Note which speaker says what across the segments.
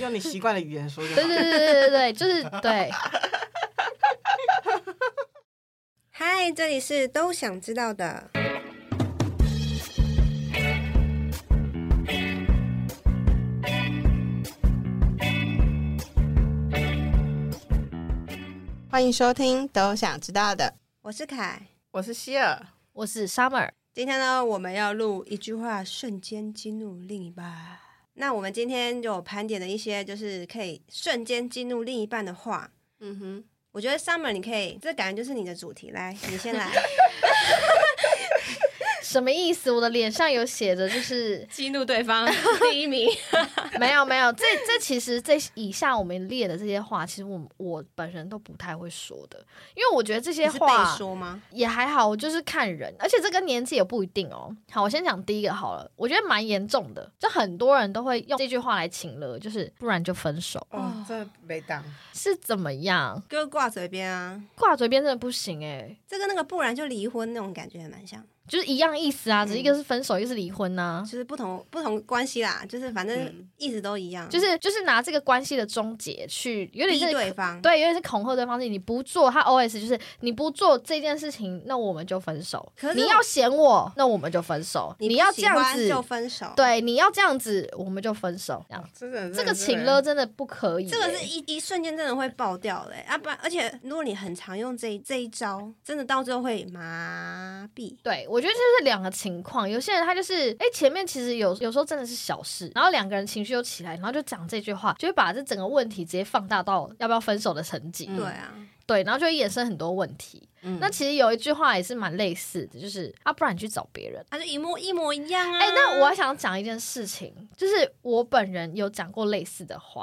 Speaker 1: 用你习惯的语言说就好。
Speaker 2: 对对对对对对，就是对。
Speaker 3: 嗨，这里是都想知道的。
Speaker 4: 欢迎收听《都想知道的》。
Speaker 3: 我是凯，
Speaker 1: 我是希尔，
Speaker 2: 我是 Summer，
Speaker 3: 今天呢，我们要录一句话瞬间激怒另一半。那我们今天有盘点了一些，就是可以瞬间激怒另一半的话。
Speaker 4: 嗯哼，
Speaker 3: 我觉得 Summer，你可以，这感觉就是你的主题，来，你先 来。
Speaker 2: 什么意思？我的脸上有写着，就是
Speaker 5: 激怒对方第一名。
Speaker 2: 没有没有，这这其实这以下我们列的这些话，其实我我本人都不太会说的，因为我觉得这
Speaker 3: 你
Speaker 2: 些
Speaker 3: 是
Speaker 2: 话
Speaker 3: 被说吗？
Speaker 2: 也还好，我就是看人，而且这跟年纪也不一定哦。好，我先讲第一个好了，我觉得蛮严重的，就很多人都会用这句话来请了，就是不然就分手
Speaker 1: 哦，这没当，
Speaker 2: 是怎么样？
Speaker 3: 就挂嘴边啊，
Speaker 2: 挂嘴边真的不行诶、
Speaker 3: 这跟那个不然就离婚那种感觉还蛮像，
Speaker 2: 就是一样意思啊，只是一
Speaker 3: 嗯
Speaker 2: 个是分手，一个是离婚啊呐、
Speaker 3: 就是不同不同关系啦，就是反正
Speaker 1: 嗯
Speaker 3: 一直都一样，
Speaker 2: 就是就是拿这个关系的终结去，有点
Speaker 3: 逼
Speaker 2: 像
Speaker 3: 对方。
Speaker 2: 对，有点是恐吓对方，是你不做，他 OS 就是你不做这件事情，那我们就分手。
Speaker 3: 可是
Speaker 2: 你要嫌我，那我们就分手。
Speaker 3: 你
Speaker 2: 你
Speaker 3: 不
Speaker 2: 要
Speaker 3: 喜
Speaker 2: 这样
Speaker 3: 欢
Speaker 2: 子
Speaker 3: 就，哦分手。，
Speaker 2: 对，你要这样子，我们就分手。这样，
Speaker 1: 真的
Speaker 2: 这个情勒，真的不可以欸、
Speaker 3: 这个是一一瞬间真的会爆掉的、欸，啊不然，而且如果你很常用这一这一招，真的到最后会麻痹。
Speaker 2: 对，我觉得就是两个情况，有些人他就是，哎，前面其实有有时候真的是小事，然后两个人情绪又起来，然后就讲这句话，就会把这整个问题直接放大到要不要分手的层级，
Speaker 1: 嗯
Speaker 3: 对啊，
Speaker 2: 对，然后就会衍生很多问题。
Speaker 1: 嗯
Speaker 2: 那其实有一句话也是蛮类似的，就是啊，不然你去找别人。
Speaker 3: 他就一模一模一样啊。
Speaker 2: 哎、那我还想讲一件事情，就是我本人有讲过类似的话，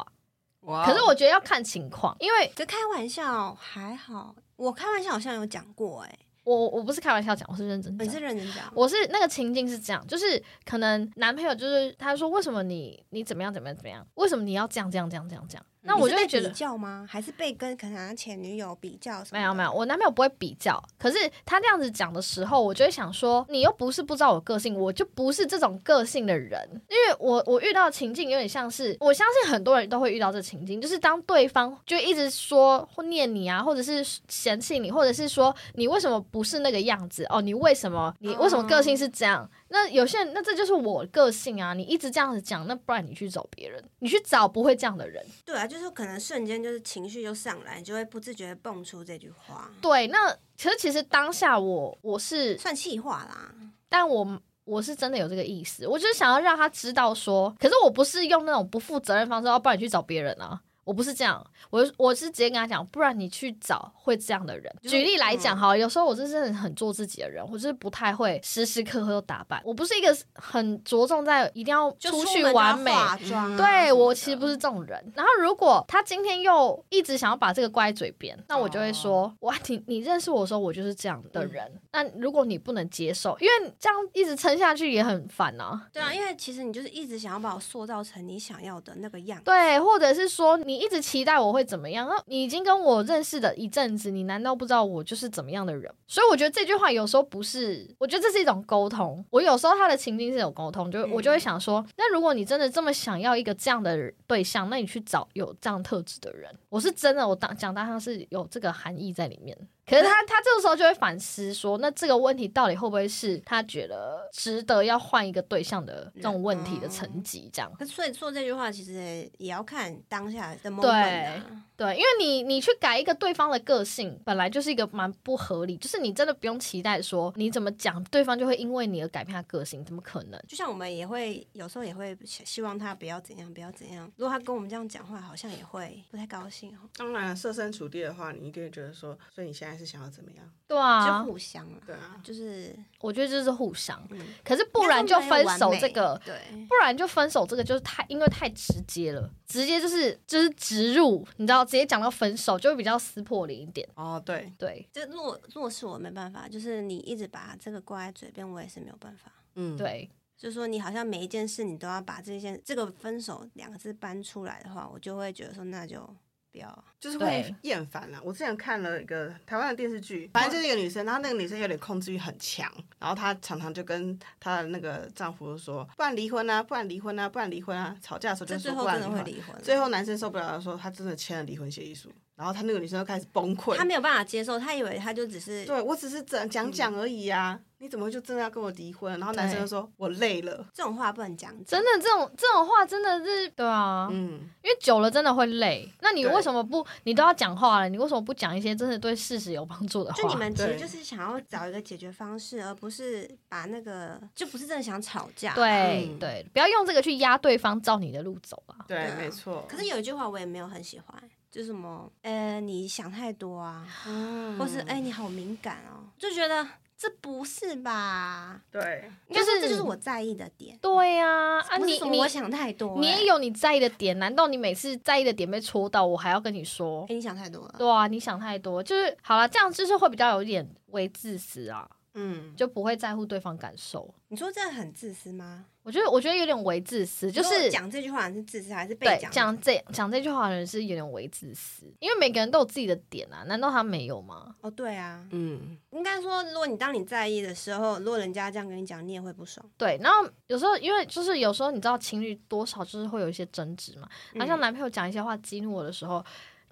Speaker 3: 哦
Speaker 1: 哇
Speaker 2: 可是我觉得要看情况，因为
Speaker 3: 这开玩笑还好，我开玩笑好像有讲过、欸，
Speaker 2: 我我不是开玩笑讲，我是认真讲
Speaker 3: 哎，你是。认真讲。
Speaker 2: 我是那个情境是这样，就是可能男朋友就是他说为什么你你怎么样怎么样怎么样，为什么你要这样这样这样这样这样？那我
Speaker 3: 你
Speaker 2: 就是会
Speaker 3: 被
Speaker 2: 觉得
Speaker 3: 比较吗？还是被跟可能他前女友比较什么？
Speaker 2: 没有没有，，我男朋友不会比较，可是他这样子讲的时候，我就会想说，你又不是不知道我个性，我就不是这种个性的人，因为我我遇到的情境有点像是，我相信很多人都会遇到这情境，就是当对方就一直说或念你啊，或者是嫌弃你，或者是说你为什么不是那个样子哦，你为什么你为什么个性
Speaker 3: 哦
Speaker 2: 是这样？那有些人，那这就是我个性啊！你一直这样子讲，那不然你去找别人，你去找不会这样的人。
Speaker 3: 对啊，就是可能瞬间就是情绪就上来，你就会不自觉地蹦出这句话，
Speaker 2: 对，那可是其实当下我我是
Speaker 3: 算气话啦。
Speaker 2: 但我我是真的有这个意思，我就是想要让他知道说，可是我不是用那种不负责任方式，哦要不然你去找别人啊。我不是这样，我我是直接跟他讲，不然你去找会这样的人。举例来
Speaker 3: 嗯
Speaker 2: 讲，哈，有时候我真是很很做自己的人，我就是不太会时时刻刻都打扮，我不是一个很着重在一定要
Speaker 3: 就
Speaker 2: 出
Speaker 3: 出
Speaker 2: 去
Speaker 3: 门就要
Speaker 2: 完美，嗯
Speaker 3: 化妆啊
Speaker 2: 对
Speaker 3: 什么
Speaker 2: 我
Speaker 3: 的
Speaker 2: 其实不是这种人。然后如果他今天又一直想要把这个挂在嘴边，那我就会说：哇，你你认识我的时候，我就是这样的人。那如果你不能接受，因为这样一直撑下去也很烦啊。
Speaker 3: 对啊，因为其实你就是一直想要把我塑造成你想要的那个样子。
Speaker 2: 对，或者是说你一直期待我会怎么样？那你已经跟我认识的一阵子，你难道不知道我就是怎么样的人？所以我觉得这句话有时候不是，我觉得这是一种沟通。我有时候他的情境是有沟通，就我
Speaker 3: 嗯
Speaker 2: 就会想说，那如果你真的这么想要一个这样的对象，那你去找有这样特质的人。我是真的，我当讲当他是有这个含义在里面。可是他他这个时候就会反思说，那这个问题到底会不会是他觉得值得要换一个对象的这种问题的
Speaker 3: 嗯
Speaker 2: 层级？这样，
Speaker 3: 可是所以说这句话其实也也要看当下的 moment
Speaker 2: 对
Speaker 3: 啊。
Speaker 2: 对，因为你你去改一个对方的个性，本来就是一个蛮不合理，就是你真的不用期待说你怎么讲，对方就会因为你而改变他个性，怎么可能？
Speaker 3: 就像我们也会有时候也会希希望他不要怎样，不要怎样。如果他跟我们这样讲话，好像也会不太高兴哦，
Speaker 1: 当然设身处地的话，你一定会觉得说，所以你现在是想要怎么样？
Speaker 2: 对
Speaker 3: 就
Speaker 2: 啊，
Speaker 3: 互相啦，
Speaker 1: 对啊，
Speaker 3: 就是
Speaker 2: 我觉得这是互相，
Speaker 1: 嗯
Speaker 2: 可是不然就分手这
Speaker 3: 应
Speaker 2: 个。
Speaker 3: 该说没有完美
Speaker 2: 不然就分手，这个就是太，因为太直接了，直接就是就是植入，你知道，直接讲到分手就会比较撕破脸一点，
Speaker 1: 哦，对，
Speaker 2: 对
Speaker 3: 对。就如果如果是我没办法，就是你一直把这个挂在嘴边，我也是没有办法。
Speaker 1: 嗯，
Speaker 2: 对，
Speaker 3: 就是说你好像每一件事你都要把这件这个分手两个字搬出来的话，我就会觉得说那就不标。
Speaker 1: 就是
Speaker 2: 对
Speaker 1: 会厌烦啦。我之前看了一个台湾的电视剧，反正就是一个女生，然后那个女生有点控制欲很强，然后她常常就跟她的那个丈夫说，不然离婚啊，不然离婚啊，不然离婚啊，吵架的时候
Speaker 3: 这
Speaker 1: 就
Speaker 3: 最
Speaker 1: 说
Speaker 3: 后
Speaker 1: 不然
Speaker 3: 真
Speaker 1: 离
Speaker 3: 的会
Speaker 1: 婚。啊
Speaker 3: 离婚，
Speaker 1: 最后男生受不了的时候，他真的签了离婚协议书，然后她那个女生就开始崩溃
Speaker 3: 他。没有办法接受，他以为他就只是
Speaker 1: 对我只是讲
Speaker 3: 嗯
Speaker 1: 讲讲而已啊，你怎么就真的要跟我离婚？然后男生就说我累了，
Speaker 3: 这种话不能讲，
Speaker 2: 真的这种这种话真的是对
Speaker 3: 哦
Speaker 2: 啊，
Speaker 1: 嗯，
Speaker 2: 因为久了真的会累。那你
Speaker 1: 对
Speaker 2: 为什么不？你都要讲话了，你为什么不讲一些真的对事实有帮助的话？
Speaker 3: 就你们其实
Speaker 1: 对
Speaker 3: 就是想要找一个解决方式，而不是把那个就不是真的想吵架。。
Speaker 2: 对、
Speaker 1: 嗯
Speaker 2: 对，不要用这个去压对方，照你的路走啊。
Speaker 1: 对
Speaker 3: 啊，
Speaker 1: 没错。
Speaker 3: 可是有一句话我也没有很喜欢，就是什么，呃，你想太多啊，
Speaker 1: 嗯，
Speaker 3: 或是哎、你好敏感哦，就觉得这不是吧？
Speaker 1: 对，
Speaker 2: 就是
Speaker 3: 应该说这就是我在意的点。
Speaker 2: 对呀、啊，啊
Speaker 3: 不是
Speaker 2: 你
Speaker 3: 什么
Speaker 2: 你
Speaker 3: 我想太多、欸
Speaker 2: 你也
Speaker 3: 有，
Speaker 2: 有你在意的点，难道你每次在意的点被戳到，我还要跟你说
Speaker 3: 哎、？你想太多了。
Speaker 2: 对啊，你想太多，就是好了，这样就是会比较有一点微自私啊，
Speaker 1: 嗯，
Speaker 2: 就不会在乎对方感受。
Speaker 3: 你说这很自私吗？
Speaker 2: 我觉得，我觉得有点微自私，就
Speaker 3: 你说
Speaker 2: 是
Speaker 3: 讲这句话是自私还是被
Speaker 2: 对
Speaker 3: 讲？
Speaker 2: 讲这讲这句话的人是有点微自私，因为每个人都有自己的点啊，难道他没有吗？
Speaker 3: 哦，对啊，
Speaker 1: 嗯，
Speaker 3: 应该说，如果你当你在意的时候，如果人家这样跟你讲，你也会不爽。
Speaker 2: 对，然后有时候因为就是有时候你知道情侣多少就是会有一些争执嘛，然后像男朋友讲一些话激怒我的时候。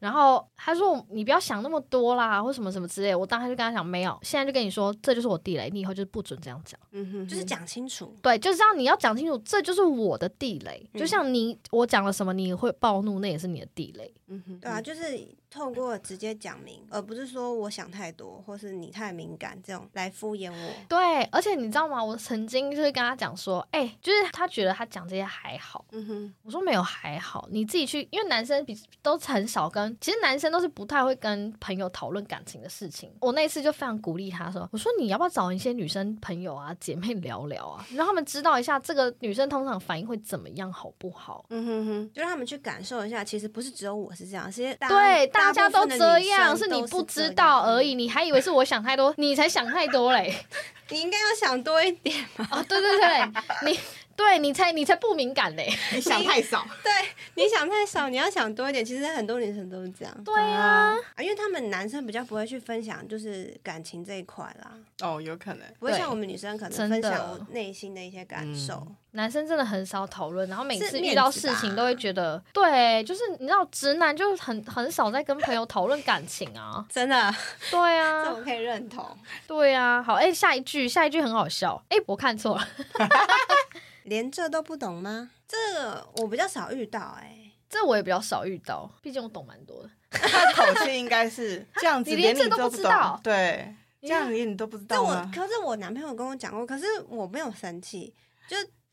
Speaker 2: 然后他说：“你不要想那么多啦，或什么什么之类的。”我当时就跟他讲：“没有，现在就跟你说，这就是我地雷，你以后就是不准这样讲。
Speaker 1: 嗯哼，
Speaker 3: 就是讲清楚，
Speaker 2: 对，就是要你要讲清楚，这就是我的地雷。就
Speaker 3: 嗯
Speaker 2: 像你我讲了什么，你会暴怒，那也是你的地雷。
Speaker 1: 嗯哼，
Speaker 3: 对啊，就是透过直接讲明，而不是说我想太多，或是你太敏感这种来敷衍我。
Speaker 2: 对，而且你知道吗？我曾经就是跟他讲说：“哎、就是他觉得他讲这些还好。”
Speaker 1: 嗯哼，
Speaker 2: 我说没有还好，你自己去，因为男生比都很少跟，其实男生都是不太会跟朋友讨论感情的事情。我那一次就非常鼓励他说，我说你要不要找一些女生朋友啊、姐妹聊聊啊，让他们知道一下这个女生通常反应会怎么样，好不好？
Speaker 1: 嗯哼 哼，
Speaker 3: 就让他们去感受一下，其实不是只有我是这样，其实大
Speaker 2: 对，大
Speaker 3: 大
Speaker 2: 家
Speaker 3: 部
Speaker 2: 都
Speaker 3: 分的
Speaker 2: 这
Speaker 3: 女
Speaker 2: 样，
Speaker 3: 生
Speaker 2: 是
Speaker 3: 都
Speaker 2: 你
Speaker 3: 是
Speaker 2: 不知
Speaker 3: 这
Speaker 2: 道
Speaker 3: 样嗯
Speaker 2: 而已，。你还以为是我想太多，你才想太多嘞！
Speaker 3: 你应该要想多一点吧？
Speaker 2: 哦，对对对，你 对你才你才不敏感嘞！
Speaker 1: 你想太少，
Speaker 3: 对，你想太少，你要想多一点。其实很多女生都是这样，
Speaker 2: 对啊，
Speaker 3: 啊，因为他们男生比较不会去分享，就是感情这一块啦，
Speaker 1: 哦，有可能，
Speaker 3: 不会
Speaker 2: 对
Speaker 3: 像我们女生可
Speaker 2: 真
Speaker 3: 能
Speaker 2: 的
Speaker 3: 分享我内心的一些感受。
Speaker 2: 男生真的很少讨论，然后每
Speaker 3: 是
Speaker 2: 次遇
Speaker 3: 面
Speaker 2: 到
Speaker 3: 子
Speaker 2: 事情
Speaker 3: 吧，
Speaker 2: 都会觉得，对，就是你知道，直男就很很少在跟朋友讨论感情啊
Speaker 3: 真的，
Speaker 2: 对
Speaker 3: 这
Speaker 2: 啊，
Speaker 3: 我可以 认同。
Speaker 2: 对啊。好，哎、下一句，下一句很好笑，哎、我看错了，
Speaker 3: 连这都不懂吗？这个我比较少遇到、哎，
Speaker 2: 这我也比较少遇到，毕竟我懂蛮多的。
Speaker 1: 他的口气应该 是这样子，
Speaker 2: 你连
Speaker 1: 你
Speaker 2: 这都
Speaker 1: 都
Speaker 2: 不知
Speaker 1: 懂
Speaker 2: 道
Speaker 1: 对，这样连你都不知
Speaker 3: 这
Speaker 1: 道
Speaker 3: 我
Speaker 1: 吗？
Speaker 3: 可是我男朋友跟我讲过，可是我没有生气。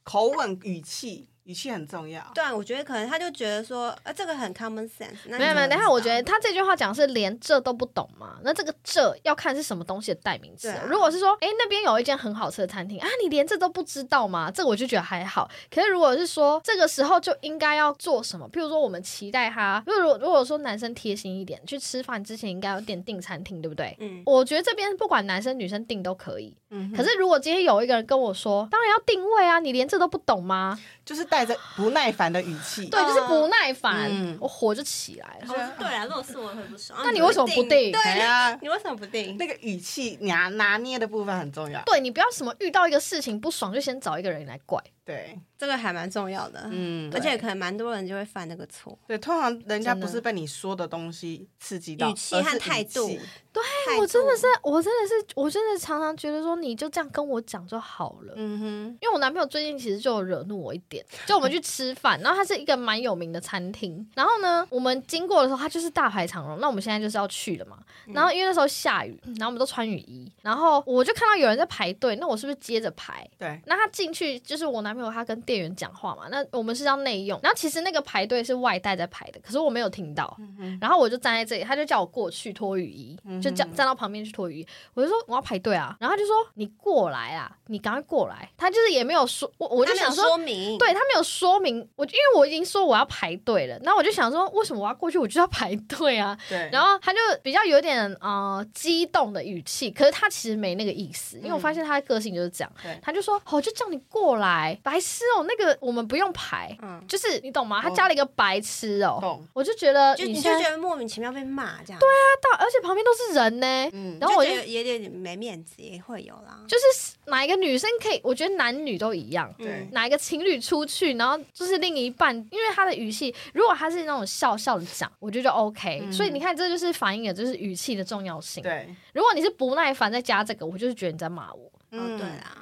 Speaker 1: 口吻、语气，语气很重要。
Speaker 3: 对啊，我觉得可能他就觉得说，呃，这个很 common sense 那你怎么知道。
Speaker 2: 没有没有，等一下我觉得他这句话讲是连这都不懂嘛，那这个这要看是什么东西的代名词、
Speaker 3: 对啊
Speaker 2: 如果是说，哎、那边有一间很好吃的餐厅啊，你连这都不知道吗？这个我就觉得还好。可是如果是说这个时候就应该要做什么，譬如说我们期待他，如果如果说男生贴心一点，去吃饭之前应该要点订餐厅，对不对？
Speaker 3: 嗯，
Speaker 2: 我觉得这边不管男生女生订都可以，
Speaker 1: 嗯哼，
Speaker 2: 可是如果今天有一个人跟我说，当然要定位啊，你连这都不懂吗？
Speaker 1: 就是带着不耐烦的语气。
Speaker 2: 对，
Speaker 3: 啊
Speaker 2: 就是不耐烦，
Speaker 1: 嗯
Speaker 2: 我火就起来了。
Speaker 3: 我说对啊，如果是我会不爽。
Speaker 2: 那你为什么不定
Speaker 3: 对，
Speaker 1: 哎呀，
Speaker 3: 你为什么不定？
Speaker 1: 那个语气拿拿捏的部分很重要。
Speaker 2: 对你不要什么遇到一个事情不爽就先找一个人来怪，
Speaker 1: 对，
Speaker 3: 这个还蛮重要的，
Speaker 1: 嗯
Speaker 3: 而，且可能蛮多人就会犯那个错，
Speaker 1: 对，通常人家
Speaker 2: 真的
Speaker 1: 不是被你说的东西刺激到，
Speaker 3: 语气
Speaker 1: 而是
Speaker 3: 和态度
Speaker 1: 语气。
Speaker 3: 对
Speaker 2: 哎我真的是，我真的是，我真的常常觉得说你就这样跟我讲就好了。
Speaker 1: 嗯哼，
Speaker 2: 因为我男朋友最近其实就有惹怒我一点，就我们去吃饭，然后它是一个蛮有名的餐厅，然后呢，我们经过的时候，它就是大排长龙，那我们现在就是要去了嘛。然后因为那时候下雨，然后我们都穿雨衣，然后我就看到有人在排队，那我是不是接着排？
Speaker 1: 对，
Speaker 2: 那他进去就是我男朋友，他跟店员讲话嘛。那我们是要内用，然后其实那个排队是外带在排的，可是我没有听到。然后我就站在这里，他就叫我过去脱雨衣，就站站到旁边去脱雨衣。我就说我要排队啊，然后他就说你过来啊，你赶快过来。他就是也没有说，我我
Speaker 3: 我
Speaker 2: 就想说
Speaker 3: 说明，
Speaker 2: 对他没有说明，我因为我已经说我要排队了，然后我就想说，为什么我要过去？我就要排队啊。
Speaker 1: 对，
Speaker 2: 然后他就比较有点呃激动的语气，可是他其实没那个意思，因为我发现他的个性就是这样。
Speaker 1: 对
Speaker 2: 他就说：“哦，就叫你过来。”白痴哦、那个我们不用排，
Speaker 3: 嗯，
Speaker 2: 就是你懂吗？他
Speaker 1: 懂
Speaker 2: 加了一个白痴哦、
Speaker 1: 懂，
Speaker 2: 我就觉得
Speaker 3: 就
Speaker 2: 你
Speaker 3: 你就
Speaker 2: 现在
Speaker 3: 觉得莫名其妙被骂这样，对啊，
Speaker 2: 到，而且旁边都是人呢、
Speaker 1: 嗯，
Speaker 2: 然后我就
Speaker 3: 就觉得有点没面子，也会有啦。
Speaker 2: 就是哪一个女生可以？我觉得男女都一样。
Speaker 3: 嗯
Speaker 1: 对
Speaker 2: 哪一个情侣出去，然后就是另一半，因为他的语气，如果他是那种笑笑的讲，我觉得就 OK、
Speaker 1: 嗯
Speaker 2: 所以你看，这就是反映了就是语气的重要性。
Speaker 1: 对，
Speaker 2: 如果你是不耐烦再加这个，我就是觉得你在骂我。
Speaker 3: 嗯，哦对啦，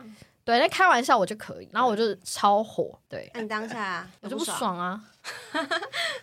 Speaker 2: 对，那开玩笑我就可以，然后我就超火，对
Speaker 3: 那你当下
Speaker 2: 我
Speaker 3: 有
Speaker 2: 就不，爽 啊。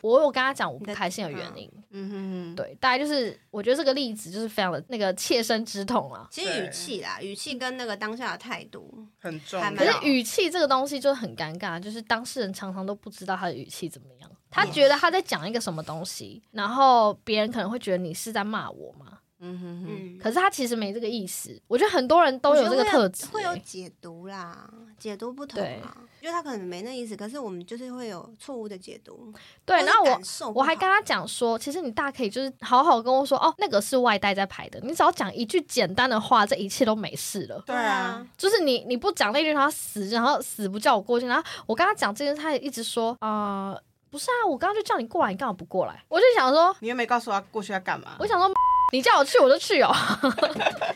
Speaker 2: 我有跟他讲我不开心的原因，
Speaker 1: 嗯哼哼，
Speaker 2: 对，大概就是我觉得这个例子就是非常的那个切身之痛啊。
Speaker 3: 其实语气啦，语气跟那个当下的态度，
Speaker 1: 很重
Speaker 3: 还
Speaker 1: 要。嗯
Speaker 2: 可
Speaker 3: 蛮
Speaker 2: 是语气这个东西就很尴尬，就是当事人常常都不知道他的语气怎么样，他
Speaker 3: Yes
Speaker 2: 觉得他在讲一个什么东西，然后别人可能会觉得你是在骂我嘛，
Speaker 1: 嗯哼哼，
Speaker 3: 嗯，
Speaker 2: 可是他其实没这个意思。我觉得很多人都
Speaker 3: 我觉
Speaker 2: 有
Speaker 3: 得
Speaker 2: 这个
Speaker 3: 会
Speaker 2: 特质、
Speaker 3: 会有
Speaker 2: 欸
Speaker 3: 解读啦，解读不同啊。我觉得他可能没那意思，可是我们就是会有错误的解读。
Speaker 2: 对，
Speaker 3: 或是
Speaker 2: 然后我
Speaker 3: 感受哦不
Speaker 2: 我还
Speaker 3: 好
Speaker 2: 跟他讲说，其实你大可以就是好好跟我说，哦，那个是外带在排的，你只要讲一句简单的话，这一切都没事了。
Speaker 1: 对啊，
Speaker 2: 就是你你不讲那句，然后死，然后死不叫我过去，然后我跟他讲这件事，他也一直说啊、呃不是啊，我刚刚就叫你过来，你干嘛不过来？我就想说，
Speaker 1: 你又没告诉他过去要干嘛
Speaker 2: 我。想说， 你叫我去我就去哦。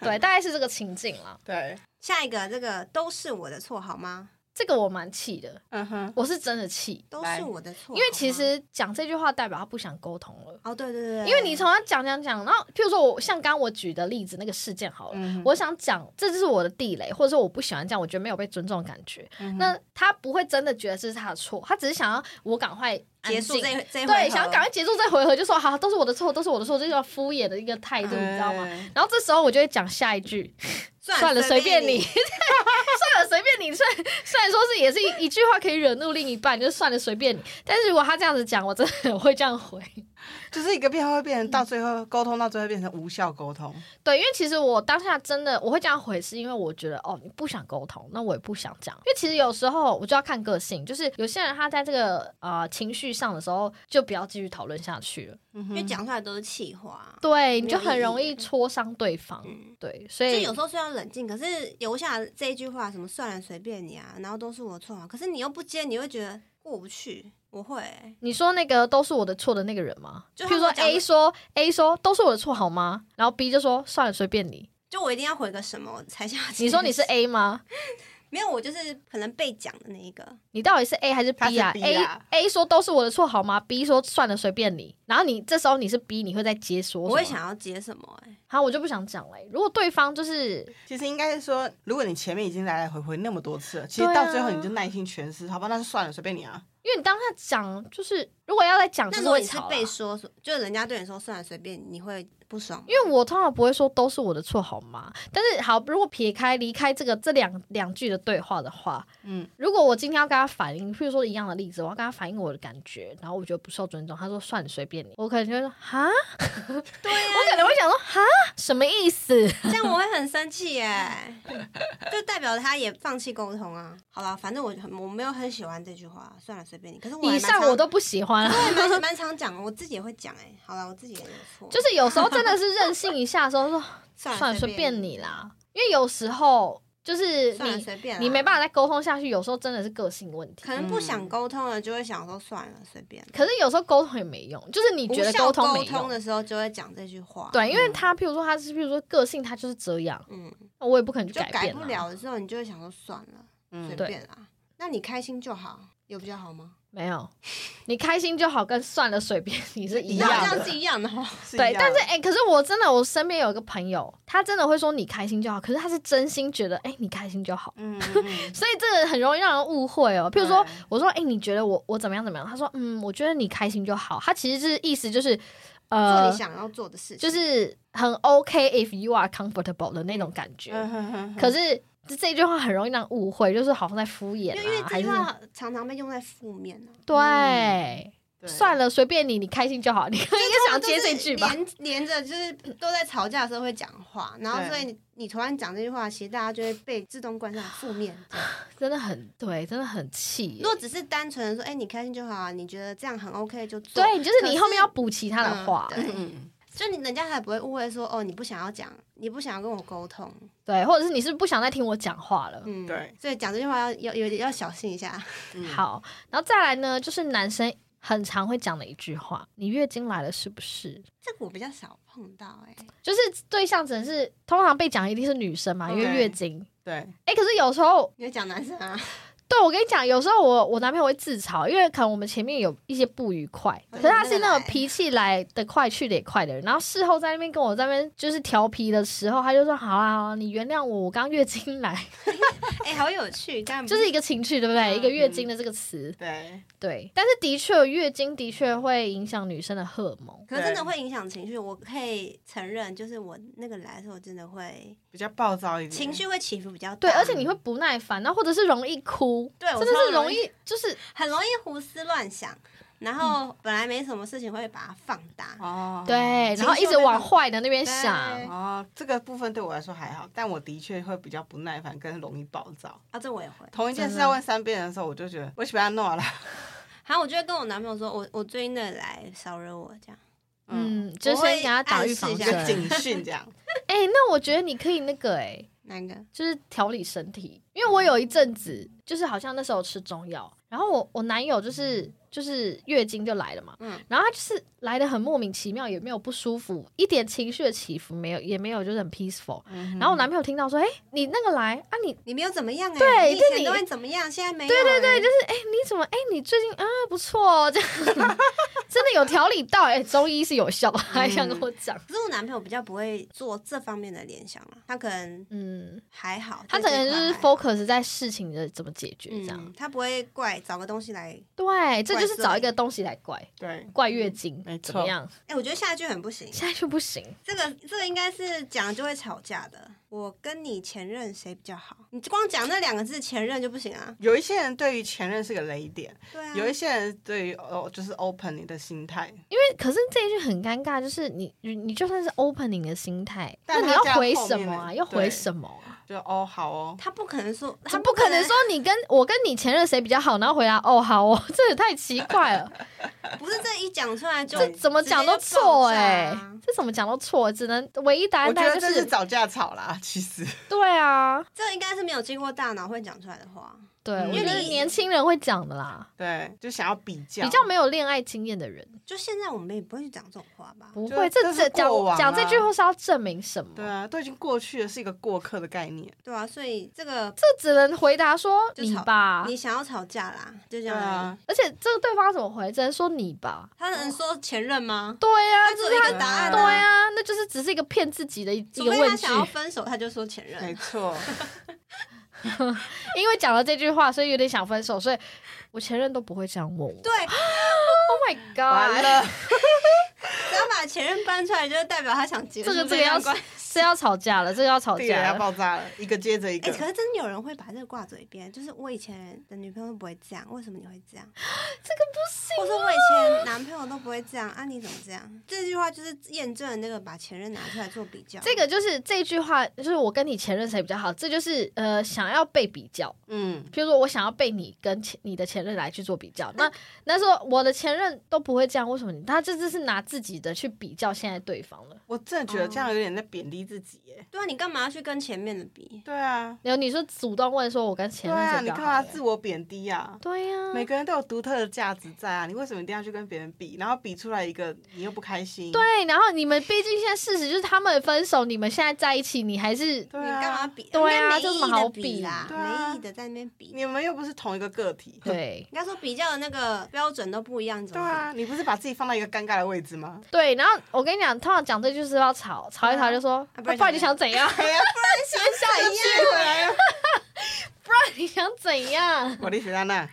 Speaker 2: 对，大概是这个情境啦。
Speaker 1: 对，
Speaker 3: 下一个，这个都是我的错好吗？
Speaker 2: 这个我蛮气的，
Speaker 1: 嗯哼，
Speaker 2: 我是真的气，
Speaker 3: 都
Speaker 1: 来
Speaker 3: 是我的错好
Speaker 2: 因
Speaker 3: 吗，
Speaker 2: 为其实讲这句话代表他不想沟通了。
Speaker 3: 哦，对对对，对
Speaker 2: 因为你从他讲讲讲，然后譬如说我像刚刚我举的例子那个事件好了，
Speaker 1: 嗯哼
Speaker 2: 我想讲这就是我的地雷，或者说我不喜欢这样，我觉得没有被尊重的感觉。
Speaker 3: 嗯
Speaker 2: 那他不会真的觉得这是他的错，他只是想要我赶快安
Speaker 3: 结束
Speaker 2: 静
Speaker 3: 这这一回
Speaker 2: 对，
Speaker 3: 合
Speaker 2: 想要赶快结束这回合，就说好都是我的错，都是我的错，这叫敷衍的一个态度，你知道吗？
Speaker 3: 嗯
Speaker 1: 对？
Speaker 2: 然后这时候我就会讲下一句，算了，随便 你，。算了，随便你。虽然虽然说是也是一一句话可以惹怒另一半，就算了，随便你。但是如果他这样子讲，我真的会这样回。
Speaker 1: 就是一个变化会变成到最后沟通到最后变成无效沟通。
Speaker 2: 对，因为其实我当下真的我会这样回，是因为我觉得哦，你不想沟通，那我也不想讲。因为其实有时候我就要看个性，就是有些人他在这个呃情绪上的时候，就不要继续讨论下去了。
Speaker 1: 嗯
Speaker 3: 因
Speaker 1: 哼
Speaker 3: 为讲出来都是气话。
Speaker 2: 对，你
Speaker 3: 没
Speaker 2: 就
Speaker 3: 有
Speaker 2: 很
Speaker 3: 意义
Speaker 2: 容易
Speaker 3: 了
Speaker 2: 戳伤对方。
Speaker 3: 嗯
Speaker 2: 对，所
Speaker 3: 就
Speaker 2: 以
Speaker 3: 有时候虽然冷静，可是留下这一句话，什么算了随便你啊，然后都是我错啊，可是你又不接，你会觉得过不去。我会欸，
Speaker 2: 你说那个都是我的错的那个人吗？
Speaker 3: 就
Speaker 2: 譬
Speaker 3: 他
Speaker 2: 如说
Speaker 3: 们讲的
Speaker 2: A 说 A 说都是我的错好吗？然后 B 就说算了随便你。
Speaker 3: 就我一定要回个什么才下。
Speaker 2: 你说你 是 A 吗？
Speaker 3: 没有，我就是可能被讲的那一个，
Speaker 2: 你到底是 A 还是
Speaker 1: 他是
Speaker 2: B 啊
Speaker 1: B 啦
Speaker 2: a A 说都是我的错好吗？B 说算了随便你。然后你这时候你是 B，你会再接说什么？
Speaker 3: 我会想要接什么哎、
Speaker 2: 好，我就不想讲了欸、如果对方就是
Speaker 1: 其实应该是说，如果你前面已经来来回回那么多次了，其
Speaker 2: 对
Speaker 1: 实
Speaker 2: 啊
Speaker 1: 到最后你就耐心全失，好吧，那就算了，随便你啊。
Speaker 2: 因为你当下讲，就是如果要再讲，就
Speaker 3: 那
Speaker 2: 是
Speaker 3: 如果
Speaker 2: 会
Speaker 3: 你是
Speaker 2: 吵啦。
Speaker 3: 被说，就是人家对你说算了随便，你会不爽吗？
Speaker 2: 因为我通常不会说都是我的错，好吗？但是好，如果撇开离开这个这两两句的对话的话，嗯
Speaker 1: 嗯，
Speaker 2: 如果我今天要跟他反映，譬如说一样的例子，我要跟他反映我的感觉，然后我觉得不受尊重，他说算了，随便你，我可能就会说哈，
Speaker 3: 对啊呀、
Speaker 2: 我可能会想说哈，什么意思？
Speaker 3: 这样我会很生气耶，就代表他也放弃沟通啊。好了，反正我很我没有很喜欢这句话，算了，随便你。可是我还
Speaker 2: 以
Speaker 3: 蛮
Speaker 2: 上
Speaker 3: 常
Speaker 2: 我都不喜欢啊。
Speaker 3: 对蛮蛮常讲，我自己也会讲哎。好了，我自己也有错，
Speaker 2: 就是有时候真的是任性一下的时候说
Speaker 3: 算
Speaker 2: 算了，随便
Speaker 3: 便
Speaker 2: 你，啦，因为有时候就是
Speaker 3: 算了
Speaker 2: 你
Speaker 3: 随便，
Speaker 2: 你没办
Speaker 3: 法，
Speaker 2: 法再沟通下去，有时候真的是个性问题。
Speaker 3: 可能不想沟通了，就会想说算了，随便。
Speaker 2: 可是有时候沟通也没用，就是你
Speaker 3: 无
Speaker 2: 觉得
Speaker 3: 效
Speaker 2: 通没
Speaker 3: 沟
Speaker 2: 用
Speaker 3: 通。的时嗯候就会讲这句话，，
Speaker 2: 对，因为他譬如说他是譬如说个性他就是这样，
Speaker 3: 嗯，
Speaker 2: 那我也不可能去
Speaker 3: 就改
Speaker 2: 变
Speaker 3: 不
Speaker 2: 啊。
Speaker 3: 了的时候，你就会想说算了，
Speaker 1: 嗯
Speaker 3: 随
Speaker 2: 对
Speaker 3: 便啦。那你开心就好，有比较好吗？
Speaker 2: 没有，你开心就好，跟算了随便你是一
Speaker 1: 样的
Speaker 3: 那
Speaker 2: 样
Speaker 3: 好
Speaker 2: 的。
Speaker 3: 像是一样的哦。
Speaker 1: 是一
Speaker 2: 对，
Speaker 1: 样
Speaker 2: 但是
Speaker 1: 的
Speaker 2: 哎、可是我真的，我身边有一个朋友，他真的会说你开心就好，可是他是真心觉得，哎、你开心就好，
Speaker 1: 嗯嗯嗯
Speaker 2: 所以这个很容易让人误会哦。譬如说
Speaker 1: 对，
Speaker 2: 我说，哎、你觉得我我怎么样怎么样？他说，嗯，我觉得你开心就好。他其实是意思就是，
Speaker 3: 做
Speaker 2: 呃
Speaker 3: 你，想要做的事情，
Speaker 2: 就是很 OK if you are comfortable 的那种感觉。
Speaker 1: 嗯哼哼哼
Speaker 2: 可是这这句话很容易让人误会，就是好像在敷衍
Speaker 3: 因为因为
Speaker 2: 啊，
Speaker 3: 这
Speaker 2: 还
Speaker 3: 句
Speaker 2: 是
Speaker 3: 话嗯常常被用在负面啊。
Speaker 2: 对。
Speaker 1: 对
Speaker 2: 算了，随便你，你开心就好。你应该想接这句吧？
Speaker 3: 连连着就是都在吵架的时候会讲话，然后
Speaker 1: 对
Speaker 3: 所以你你突然讲这句话，其实大家就会被自动冠上负 面。这样
Speaker 2: 真的很对，真的很气耶
Speaker 3: 如。果只是单纯的说，哎、你开心就好啊，你觉得这样很 OK 就做。
Speaker 2: 对，就是
Speaker 3: 可
Speaker 2: 你
Speaker 3: 是
Speaker 2: 后面要补其他的话。
Speaker 3: 嗯
Speaker 1: 嗯
Speaker 3: 对
Speaker 1: 嗯
Speaker 3: 所以你人家才不会误会说哦，你不想要讲，你不想要跟我沟通，
Speaker 2: 对，或者是你是不是不想再听我讲话了？
Speaker 3: 嗯，
Speaker 1: 对，
Speaker 3: 所以讲这句话要要有点要小心一下，
Speaker 1: 嗯，
Speaker 2: 好，然后再来呢，就是男生很常会讲的一句话：“你月经来了是不是
Speaker 3: 这个我比较少碰到哎、？”
Speaker 2: 就是对象只能是通常被讲一定是女生嘛，因为
Speaker 1: 对
Speaker 2: 月经。
Speaker 1: 对，
Speaker 2: 哎、可是有时候，
Speaker 3: 你会讲男生啊，
Speaker 2: 对我跟你讲，有时候我我男朋友会自嘲，因为可能我们前面有一些不愉快，
Speaker 3: 哦
Speaker 2: 可是他是那
Speaker 3: 那个
Speaker 2: 种
Speaker 3: 来
Speaker 2: 脾气来得快去得也快的人，然后事后在那边跟我在那边就是调皮的时候，他就说：“好啦，好啦你原谅我，我刚月经来。”
Speaker 3: 哎、好有趣，但不
Speaker 2: 就是一个情趣，对不对？
Speaker 3: 嗯
Speaker 2: 一个月经的这个词，
Speaker 1: 对，
Speaker 2: 对。但是的确，月经的确会影响女生的荷尔蒙。
Speaker 3: 可是真的会影响情绪，我可以承认，就是我那个来的时候，真的会
Speaker 1: 比较暴躁一点，
Speaker 3: 情绪会起伏比较大，
Speaker 2: 对，而且你会不耐烦，然后或者是容易哭，
Speaker 3: 啊对我
Speaker 2: 真的是
Speaker 3: 超容
Speaker 2: 容易，就是
Speaker 3: 很容易胡思乱想，然后本来没什么事情会把它放大，
Speaker 2: 嗯
Speaker 1: 哦，
Speaker 2: 对，然后一
Speaker 3: 情绪
Speaker 2: 直
Speaker 3: 会
Speaker 2: 往
Speaker 3: 被
Speaker 2: 坏的那边想
Speaker 3: 对。
Speaker 1: 哦，这个部分对我来说还好，但我的确会比较不耐烦，跟容易暴躁。
Speaker 3: 啊，这我也会。
Speaker 1: 同一件事
Speaker 2: 真的
Speaker 1: 在问三遍的时候，我就觉得我喜欢诺了。
Speaker 3: 好，我就会跟我男朋友说，我我最近那个来少惹我这样。
Speaker 1: 嗯，
Speaker 2: 嗯，就
Speaker 3: 我
Speaker 2: 先
Speaker 3: 会
Speaker 2: 给他打
Speaker 3: 暗
Speaker 2: 预
Speaker 3: 示
Speaker 2: 防
Speaker 3: 一
Speaker 1: 一
Speaker 2: 针
Speaker 3: 下。
Speaker 1: 个警讯这样。
Speaker 2: 哎、那我觉得你可以那个哎、
Speaker 3: 哪个？
Speaker 2: 就是调理身体，因为我有一阵子就是好像那时候吃中药，然后我我男友就是就是月经就来了嘛，
Speaker 3: 嗯
Speaker 2: 然后他就是来的很莫名其妙，也没有不舒服，一点情绪的起伏没有，也没有就是很 peaceful。然
Speaker 3: 嗯
Speaker 2: 后我男朋友听到说，哎、你那个来啊你，
Speaker 3: 你没有怎么样哎、
Speaker 2: 对
Speaker 3: 你以
Speaker 2: 就
Speaker 3: 前
Speaker 2: 你
Speaker 3: 都会怎么样，现在没有、对对对，就是
Speaker 2: 哎、你怎么，哎、你最近啊不错、哦，这样 真的有调理到，哎、中医是有效，还想跟我讲，
Speaker 3: 可是我男朋友比较不会做这方面的联想了，他可能
Speaker 2: 嗯，
Speaker 3: 还好，
Speaker 2: 他
Speaker 3: 对
Speaker 2: 整个
Speaker 3: 这
Speaker 2: 人
Speaker 3: 一
Speaker 2: 就是
Speaker 3: 块还好
Speaker 2: focus 在事情的怎么解决这样，
Speaker 3: 嗯，他不会怪找个东西来。
Speaker 2: 对，这就是
Speaker 3: 怪罪嗯
Speaker 2: 找一个东西来怪。
Speaker 1: 对，
Speaker 2: 怪月经，
Speaker 1: 没
Speaker 2: 怎么
Speaker 1: 错
Speaker 2: 样？
Speaker 3: 哎、我觉得下一句很不行，
Speaker 2: 现在就不行。
Speaker 3: 这个这个应该是讲了就会吵架的。我跟你前任谁比较好？你光讲那两个字前任就不行啊。
Speaker 1: 有一些人对于前任是个雷点，
Speaker 3: 对啊，
Speaker 1: 有一些人对于哦就是 open 你的心态，
Speaker 2: 因为可是这一句很尴尬，就是你你你就算是 opening 的心态，那
Speaker 1: 但
Speaker 2: 你
Speaker 1: 他
Speaker 2: 要
Speaker 1: 这样
Speaker 2: 回
Speaker 1: 后
Speaker 2: 什
Speaker 1: 面
Speaker 2: 么
Speaker 1: 的
Speaker 2: 啊？要
Speaker 1: 对
Speaker 2: 回什么啊？
Speaker 1: 就哦好哦，
Speaker 3: 他不可能说，
Speaker 2: 他
Speaker 3: 他
Speaker 2: 不可能说你跟我跟你前任谁比较好，然后回答哦好哦， 这也太奇怪了，
Speaker 3: 不是这一讲出来就
Speaker 2: 这怎么讲都
Speaker 3: 直接就爆
Speaker 2: 错
Speaker 3: 炸
Speaker 2: 哎、
Speaker 3: 啊
Speaker 2: 这怎么讲都错，只能唯一答
Speaker 1: 我
Speaker 2: 案
Speaker 1: 觉
Speaker 2: 大概
Speaker 1: 得
Speaker 2: 就
Speaker 1: 这
Speaker 2: 是
Speaker 1: 是找架吵啦，其实
Speaker 2: 对啊，
Speaker 3: 这应该是没有经过大脑会讲出来的话。
Speaker 2: 对，
Speaker 1: 嗯因
Speaker 2: 我觉
Speaker 1: 为
Speaker 2: 得
Speaker 3: 你
Speaker 2: 年轻人会讲的啦，
Speaker 1: 对，就想要比较
Speaker 2: 比较没有恋爱经验的人
Speaker 3: 就现在我们也不会去讲这种话吧？
Speaker 2: 不
Speaker 1: 啊就
Speaker 2: 会，
Speaker 1: 这
Speaker 2: 这
Speaker 1: 是
Speaker 2: 这讲
Speaker 1: 过往
Speaker 2: 讲这
Speaker 1: 啦
Speaker 2: 句话是要证明什么？
Speaker 1: 对啊，都已经过去了，是一个过客的概念。
Speaker 3: 对啊，所以这个
Speaker 2: 这只能回答说
Speaker 3: 就
Speaker 2: 你
Speaker 3: 吵
Speaker 2: 吧，
Speaker 3: 你想要吵架啦，就
Speaker 1: 对
Speaker 3: 这样而已。
Speaker 1: 啊，
Speaker 2: 而且这个对方怎么回？只能说你吧。
Speaker 3: 他能说前任吗？
Speaker 2: 对呀、
Speaker 3: 他
Speaker 2: 这
Speaker 3: 只有
Speaker 2: 是
Speaker 3: 一
Speaker 2: 他
Speaker 3: 个答案、啊
Speaker 2: 对呀、那就是只是一个骗自己的一一
Speaker 3: 除
Speaker 2: 个
Speaker 3: 非
Speaker 2: 问
Speaker 3: 他
Speaker 2: 句
Speaker 3: 想。 要分手，他就说前
Speaker 1: 没
Speaker 3: 任。
Speaker 1: 错，
Speaker 2: 因为讲了这句话，所以有点想分手，所以我前任都不会这样问 我。
Speaker 3: 对，
Speaker 2: Oh my
Speaker 1: 完
Speaker 2: god！
Speaker 1: 了，
Speaker 3: 只要把前任搬出来，就代表他想结束
Speaker 2: 这个这个
Speaker 3: 段
Speaker 2: 要
Speaker 3: 关系。
Speaker 2: 是要吵架了，这个要吵
Speaker 1: 地雷
Speaker 2: 架
Speaker 1: 啊要
Speaker 2: 了。
Speaker 1: 爆炸了，一个接着一
Speaker 3: 哎、
Speaker 1: 个。
Speaker 3: 可是真的有人会把这个挂嘴边，就是我以前的女朋友不会这样，为什么你会这样？
Speaker 2: 这个不行，啊
Speaker 3: 或者我以前男朋友都不会这样，啊你怎么这样？这句话就是验证了那个把前任拿出来做比较。
Speaker 2: 这个就是这句话，就是我跟你前任谁比较好，这就是呃想要被比较。
Speaker 1: 嗯，
Speaker 2: 比如说，我想要被你跟前你的前任来去做比较，那那时候我的前任都不会这样，为什么你？他这就是拿自己的去比较现在对方了。
Speaker 1: 我真的觉得这样有点在贬低自己耶。
Speaker 3: 对啊，你干嘛要去跟前面的比？
Speaker 1: 对啊，
Speaker 2: 然后你说主动问说，我跟前
Speaker 1: 对
Speaker 2: 任
Speaker 1: 啊，
Speaker 2: 谁比
Speaker 1: 你
Speaker 2: 较
Speaker 1: 干
Speaker 2: 好
Speaker 1: 嘛
Speaker 2: 欸？
Speaker 1: 自我贬低啊？
Speaker 2: 对呀、
Speaker 1: 每个人都有独特的价值在啊，你为什么一定要去跟别人比？然后比出来一个你又不开心，
Speaker 2: 对，啊然后你们毕竟现在事实就是他们分手，你们现在在一起，你还是
Speaker 1: 对
Speaker 3: 你干嘛
Speaker 1: 啊，
Speaker 3: 比？
Speaker 2: 对啊
Speaker 3: 应该没
Speaker 2: 这有什
Speaker 3: 意
Speaker 2: 么
Speaker 3: 义
Speaker 2: 好
Speaker 3: 的比啦，
Speaker 1: 比对啊
Speaker 3: 没意义的在那边比。
Speaker 1: 你们又不是同一个个体。
Speaker 2: 对。
Speaker 3: 应该说比较的那个标准都不一样，你怎
Speaker 1: 对
Speaker 3: 么比？
Speaker 1: 啊，你不是把自己放到一个尴尬的位置吗？
Speaker 2: 对，然后我跟你讲，通常讲这句是要吵，吵一吵就说，啊不
Speaker 3: 啊不然
Speaker 2: 然你
Speaker 3: 想
Speaker 2: 想怎样？
Speaker 1: 哎呀，
Speaker 2: 想下一句，
Speaker 1: 回来了，
Speaker 2: 不然 你想怎样？
Speaker 1: 我的雪蛋蛋，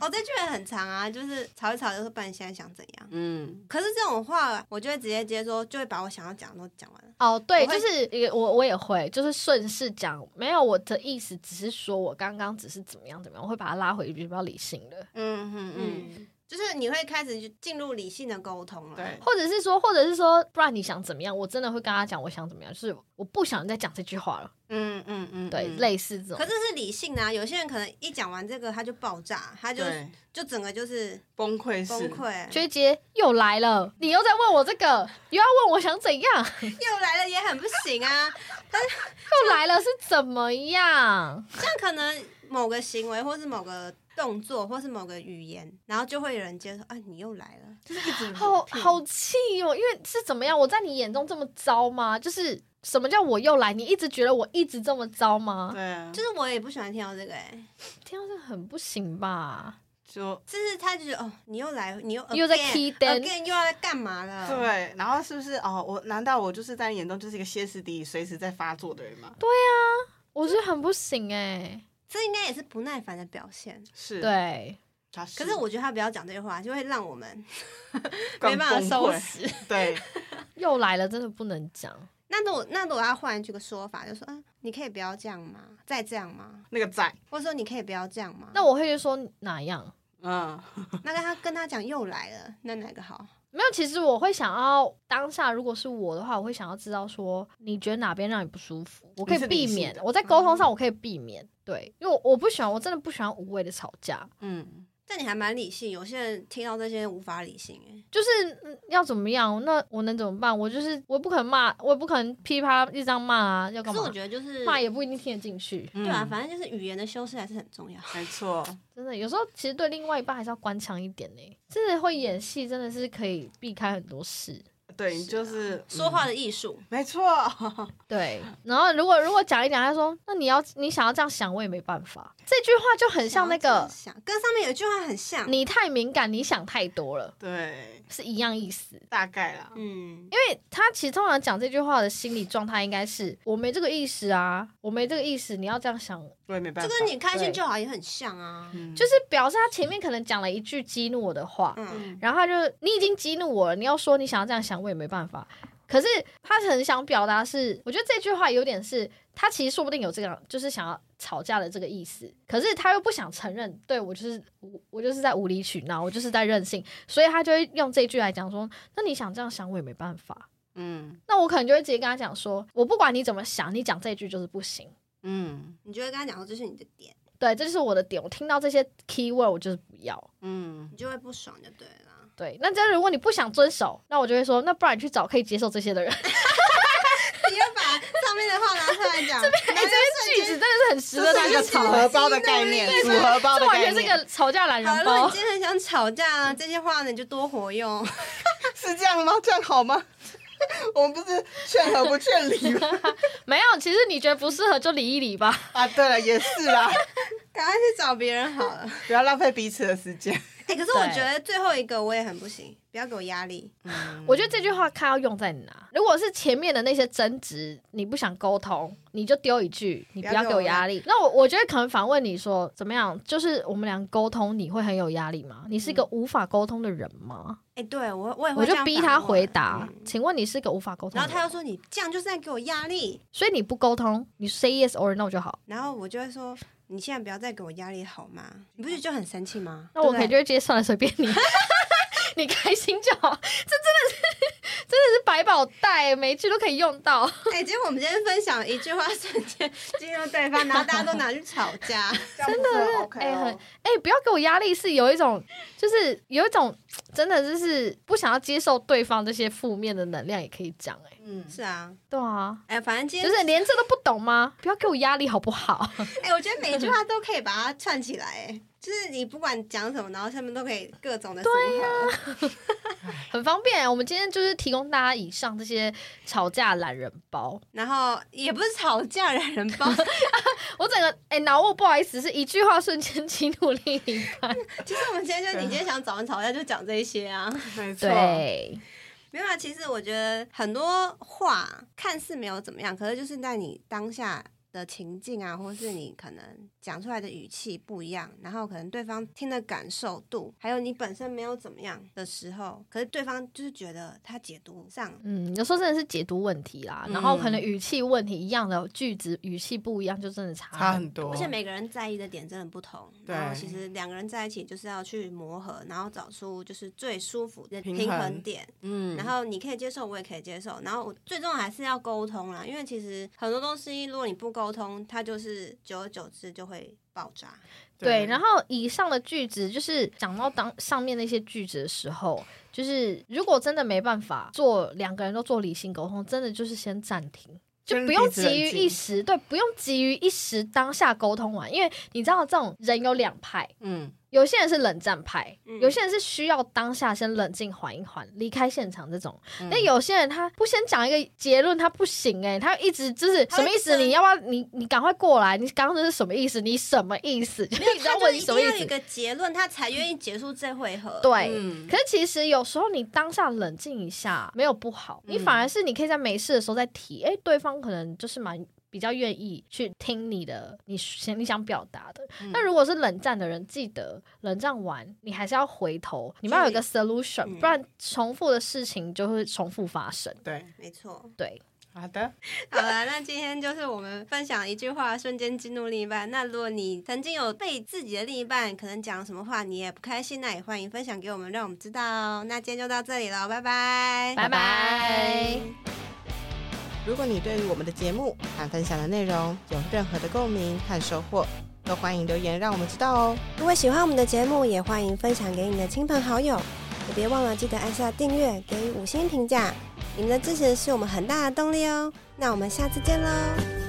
Speaker 3: 哦，这句也很长啊，就是吵一吵就说，不然你现在想怎样？
Speaker 1: 嗯，
Speaker 3: 可是这种话，我就会直接接说，就会把我想要讲的都讲完了。
Speaker 2: 哦，对，
Speaker 3: 我
Speaker 2: 就
Speaker 3: 会
Speaker 2: 是也我我也会，就是顺势讲，没有我的意思，只是说我刚刚只是怎么样怎么样，我会把它拉回比较理性的。
Speaker 1: 嗯嗯嗯，
Speaker 3: 嗯，就是你会开始就进入理性的沟通了。
Speaker 1: 对，
Speaker 2: 或者是说，或者是说，不然你想怎么样？我真的会跟他讲，我想怎么样，就是我不想再讲这句话了。
Speaker 1: 嗯嗯嗯，
Speaker 2: 对，
Speaker 1: 嗯，
Speaker 2: 类似这
Speaker 3: 可
Speaker 2: 种。
Speaker 3: 是是理性的啊，有些人可能一讲完这个他就爆炸，他就
Speaker 1: 对，
Speaker 3: 就整个就是
Speaker 1: 崩溃
Speaker 3: 崩
Speaker 1: 式，
Speaker 3: 溃，
Speaker 2: 学姐又来了，你又在问我这个，又要问我想怎样，
Speaker 3: 又来了也很不行啊。
Speaker 2: 又来了是怎么样？
Speaker 3: 但可能某个行为，或是某个动作，或是某个语言，然后就会有人接受啊，你又来了，就是一直
Speaker 2: 好
Speaker 3: repeat
Speaker 2: 好气哦，因为是怎么样？我在你眼中这么糟吗？就是什么叫我又来？你一直觉得我一直这么糟吗？
Speaker 1: 对啊，
Speaker 3: 就是我也不喜欢听到这个、欸，
Speaker 2: 听到这很不行吧？
Speaker 1: 就
Speaker 3: 就是他就觉得哦，你又来，你又 again,
Speaker 2: 又在 key down
Speaker 3: again 又要在干嘛了？，
Speaker 1: 对，然后是不是哦？我难道我就是在你眼中就是一个歇斯底里、随时在发作的人吗？
Speaker 2: 我是很不行哎、
Speaker 3: 这应该也是不耐烦的表现。
Speaker 1: 是，，
Speaker 2: 对，
Speaker 1: 他是，
Speaker 3: 可是我觉得他不要讲这句话，就会让我们
Speaker 1: 更
Speaker 3: 没办法
Speaker 1: 崩
Speaker 3: 收
Speaker 1: 溃
Speaker 3: 拾。
Speaker 1: 对，
Speaker 2: 又来了，真的不能讲。
Speaker 3: 那如果那如果他换一句个说法，就说啊，你可以不要这样吗？再这样吗？
Speaker 1: 那个在，
Speaker 3: 或者说你可以不要这样吗？
Speaker 2: 那我会说哪样？
Speaker 1: 嗯，
Speaker 3: 那跟他跟他讲又来了，那哪个好？
Speaker 2: 没有，其实我会想要当下，如果是我的话，我会想要知道说，你觉得哪边让你不舒服，我可以
Speaker 1: 你是理
Speaker 2: 避
Speaker 1: 性
Speaker 2: 免
Speaker 1: 的。
Speaker 2: 我在沟通上我可以避免，对，因为我我不喜欢，我真的不喜欢无谓的吵架，
Speaker 1: 嗯，
Speaker 3: 但你还蛮理性，有些人听到这些无法理性哎、
Speaker 2: 就是、嗯要怎么样，那我能怎么办？我就是我也不可能骂，我也不可能噼里啪啦一直这样骂啊，要
Speaker 3: 可
Speaker 2: 干
Speaker 3: 是
Speaker 2: 嘛
Speaker 3: 我？觉得就是
Speaker 2: 骂也不一定听得进去，
Speaker 1: 对
Speaker 3: 对啊，反正就是语言的修饰还是很重要。
Speaker 1: 嗯没错，
Speaker 2: 真的有时候其实对另外一半还是要官腔一点呢、真的会演戏，真的是可以避开很多事。
Speaker 1: 对，你就是、
Speaker 3: 啊说
Speaker 1: 嗯
Speaker 3: 话的艺术，
Speaker 1: 没错，
Speaker 2: 对，然后如果如果讲一讲，他说：“那你要你想要这样想，我也没办法。”这句话就很像那个
Speaker 3: 想跟上面有一句话很像，
Speaker 2: 你太敏感，你想太多了，
Speaker 1: 对，
Speaker 2: 是一样意思。
Speaker 1: 大概啦，
Speaker 3: 嗯，
Speaker 2: 因为他其实通常讲这句话的心理状态应该是我没这个意思啊，我没这个意思，你要这样想，
Speaker 1: 我也没办
Speaker 3: 这
Speaker 1: 法，
Speaker 3: 跟你开心就好也很像啊。
Speaker 1: 嗯
Speaker 2: 就是表示他前面可能讲了一句激怒我的话，
Speaker 3: 嗯，
Speaker 2: 然后他就你已经激怒我了，你要说你想要这样想，我也没办法。可是他很想表达是，我觉得这句话有点是他其实说不定有这样，就是想要吵架的这个意思，可是他又不想承认，对我就是我我就是在无理取闹，我就是在任性，所以他就会用这句来讲说，那你想这样想，我也没办法。
Speaker 1: 嗯
Speaker 2: 那我可能就会直接跟他讲说，我不管你怎么想，你讲这句就是不行。
Speaker 1: 嗯
Speaker 3: 你就会跟他讲说这是你的点，
Speaker 2: 对，这就是我的点。我听到这些 key word，我就是不要。
Speaker 1: 嗯，
Speaker 3: 你就会不爽就对了。
Speaker 2: 对，那这样如果你不想遵守，那我就会说，那不然你去找可以接受这些的人。
Speaker 3: 你又把上面的话拿出来讲， 这边
Speaker 2: 哎句子真的是很值得大家
Speaker 1: 组
Speaker 2: 吵，
Speaker 1: 合包的概念，组合包的
Speaker 2: 这完
Speaker 1: 概
Speaker 2: 全是
Speaker 1: 念
Speaker 2: 个吵架懒
Speaker 3: 好，
Speaker 2: 人
Speaker 3: 如果
Speaker 2: 包
Speaker 3: 你。今天很想吵架啊，这些话呢你就多活用。
Speaker 1: 是这样吗？这样好吗？ 我们不是劝和不劝离 吗？
Speaker 2: 没有，其实你觉得不适合就离一离吧。
Speaker 1: 啊，对了，也是啦，
Speaker 3: 赶快去找别人好 了。
Speaker 1: 不要浪费彼此的时间。
Speaker 3: 哎、可是我
Speaker 2: 对
Speaker 3: 觉得最后一个我也很不行，不要给我压力。
Speaker 2: 我觉得这句话看要用在哪。如果是前面的那些争执，你不想沟通，你就丢一句，你不要给我压力。那我我觉得可能反问你说，怎么样？就是我们俩沟通，你会很有压力吗？你是一个无法沟通的人吗？
Speaker 3: 哎、对我我也
Speaker 2: 我
Speaker 3: 会这
Speaker 2: 就
Speaker 3: 样
Speaker 2: 逼
Speaker 3: 反
Speaker 2: 他
Speaker 3: 问
Speaker 2: 回答，
Speaker 3: 嗯
Speaker 2: 请问你是个无法沟通
Speaker 3: 然
Speaker 2: 的人？
Speaker 3: 后他又说你这样就是在给我压力，
Speaker 2: 所以你不沟通，你 say yes or no 就好。
Speaker 3: 然后我就会说你现在不要再给我压力好吗？你不是就很生气吗？
Speaker 2: 那我
Speaker 3: 对
Speaker 2: 可
Speaker 3: 不
Speaker 2: 能
Speaker 3: 对
Speaker 2: 就会直接算了，随便你， 你开心就好。这真的是真的是百宝袋，每一句都可以用到。
Speaker 3: 哎、结果我们今天分享一句话，瞬间进入对方，然后大家都拿去吵架。
Speaker 1: 真的
Speaker 4: 哦
Speaker 1: OK
Speaker 2: 哎很哎、不要给我压力，是有一种，就是有一种真的就是不想要接受对方这些负面的能量，也可以讲哎、
Speaker 1: 嗯，
Speaker 3: 是啊，
Speaker 2: 对啊，
Speaker 3: 哎、反正今
Speaker 2: 就
Speaker 3: 天
Speaker 2: 是连这都不懂吗？不要给我压力好不好？
Speaker 3: 哎、我觉得每一句话都可以把它串起来、哎，就是你不管讲什么，然后下面都可以各种的组合。
Speaker 2: 很方便、啊我们今天就是提供大家以上这些吵架懒人包。
Speaker 3: 然后也不是吵架懒人包，
Speaker 2: 我整个哎脑雾不好意思，是一句话瞬间 激怒另一半。
Speaker 3: 其实我们今 天就你今天想找人吵架就讲这一些啊。
Speaker 1: 没错，
Speaker 2: 对，
Speaker 3: 没有啊，其实我觉得很多话看似没有怎么样，可是就是在你当下的情境啊，或是你可能讲出来的语气不一样，然后可能对方听的感受度，还有你本身没有怎么样的时候，可是对方就是觉得他解读上
Speaker 2: 嗯，有时候真的是解读问题啦，
Speaker 1: 嗯
Speaker 2: 然后可能语气问题一样的句子，语气不一样，就真的差
Speaker 1: 差
Speaker 2: 很
Speaker 1: 很多，
Speaker 3: 而且每个人在意的点真的不同，
Speaker 1: 对
Speaker 3: 然后其实两个人在一起就是要去磨合，然后找出就是最舒服的
Speaker 1: 平
Speaker 3: 平衡
Speaker 1: 衡
Speaker 3: 点，
Speaker 1: 嗯
Speaker 3: 然后你可以接受，我也可以接受，然后我最终还是要沟通啦，因为其实很多东西如果你不沟通，它就是久而久之就会爆炸。
Speaker 2: 对，然后以上的句子就是讲到当上面那些句子的时候，就是如果真的没办法做两个人都做理性沟通，真的就是先暂停。就
Speaker 1: 先
Speaker 2: 不用
Speaker 1: 彼此冷
Speaker 2: 急于一
Speaker 1: 静
Speaker 2: 时，对，不用急于一时当下沟通完，因为你知道这种人有两派，
Speaker 1: 嗯，
Speaker 2: 有些人是冷战派，
Speaker 3: 嗯
Speaker 2: 有些人是需要当下先冷静缓一缓，离开现场这种。
Speaker 1: 嗯
Speaker 2: 但有些人他不先讲一个结论，他不行哎、他一直就是
Speaker 3: 他
Speaker 2: 什
Speaker 3: 会
Speaker 2: 么意思？
Speaker 3: 争
Speaker 2: 你要不要你你赶快过来？你刚刚这是什么意思？你什么意思？ 就是你知道
Speaker 3: 他
Speaker 2: 问
Speaker 3: 就
Speaker 2: 你
Speaker 3: 一
Speaker 2: 什
Speaker 3: 定
Speaker 2: 么意
Speaker 3: 要有一
Speaker 2: 思？
Speaker 3: 个结论，他才愿意结束这回合。，
Speaker 2: 对。
Speaker 1: 嗯
Speaker 2: 可是其实有时候你当下冷静一下没有不好，
Speaker 1: 嗯
Speaker 2: 你反而是你可以在没事的时候再提，哎、对方可能就是蛮比较愿意去听你的，你想你想表达的。
Speaker 3: 嗯
Speaker 2: 那、如果是冷战的人，记得冷战完你还是要回头，你们要有一个 solution，、
Speaker 3: 嗯
Speaker 2: 不然重复的事情就会重复发生。
Speaker 1: 对，
Speaker 3: 没错。
Speaker 2: 对，
Speaker 1: 好的，
Speaker 3: 好了，那今天就是我们分享一句话，瞬间激怒另一半。那如果你曾经有被自己的另一半可能讲什么话，你也不开心，那也欢迎分享给我们，让我们知道哦。那今天就到这里了，拜拜，
Speaker 2: 拜拜
Speaker 4: 如果你对于我们的节目和分享的内容有任何的共鸣和收获，都欢迎留言让我们知道哦。
Speaker 3: 如果喜欢我们的节目，也欢迎分享给你的亲朋好友，也别忘了记得按下订阅，给予五星评价。你们的支持是我们很大的动力哦。那我们下次见喽。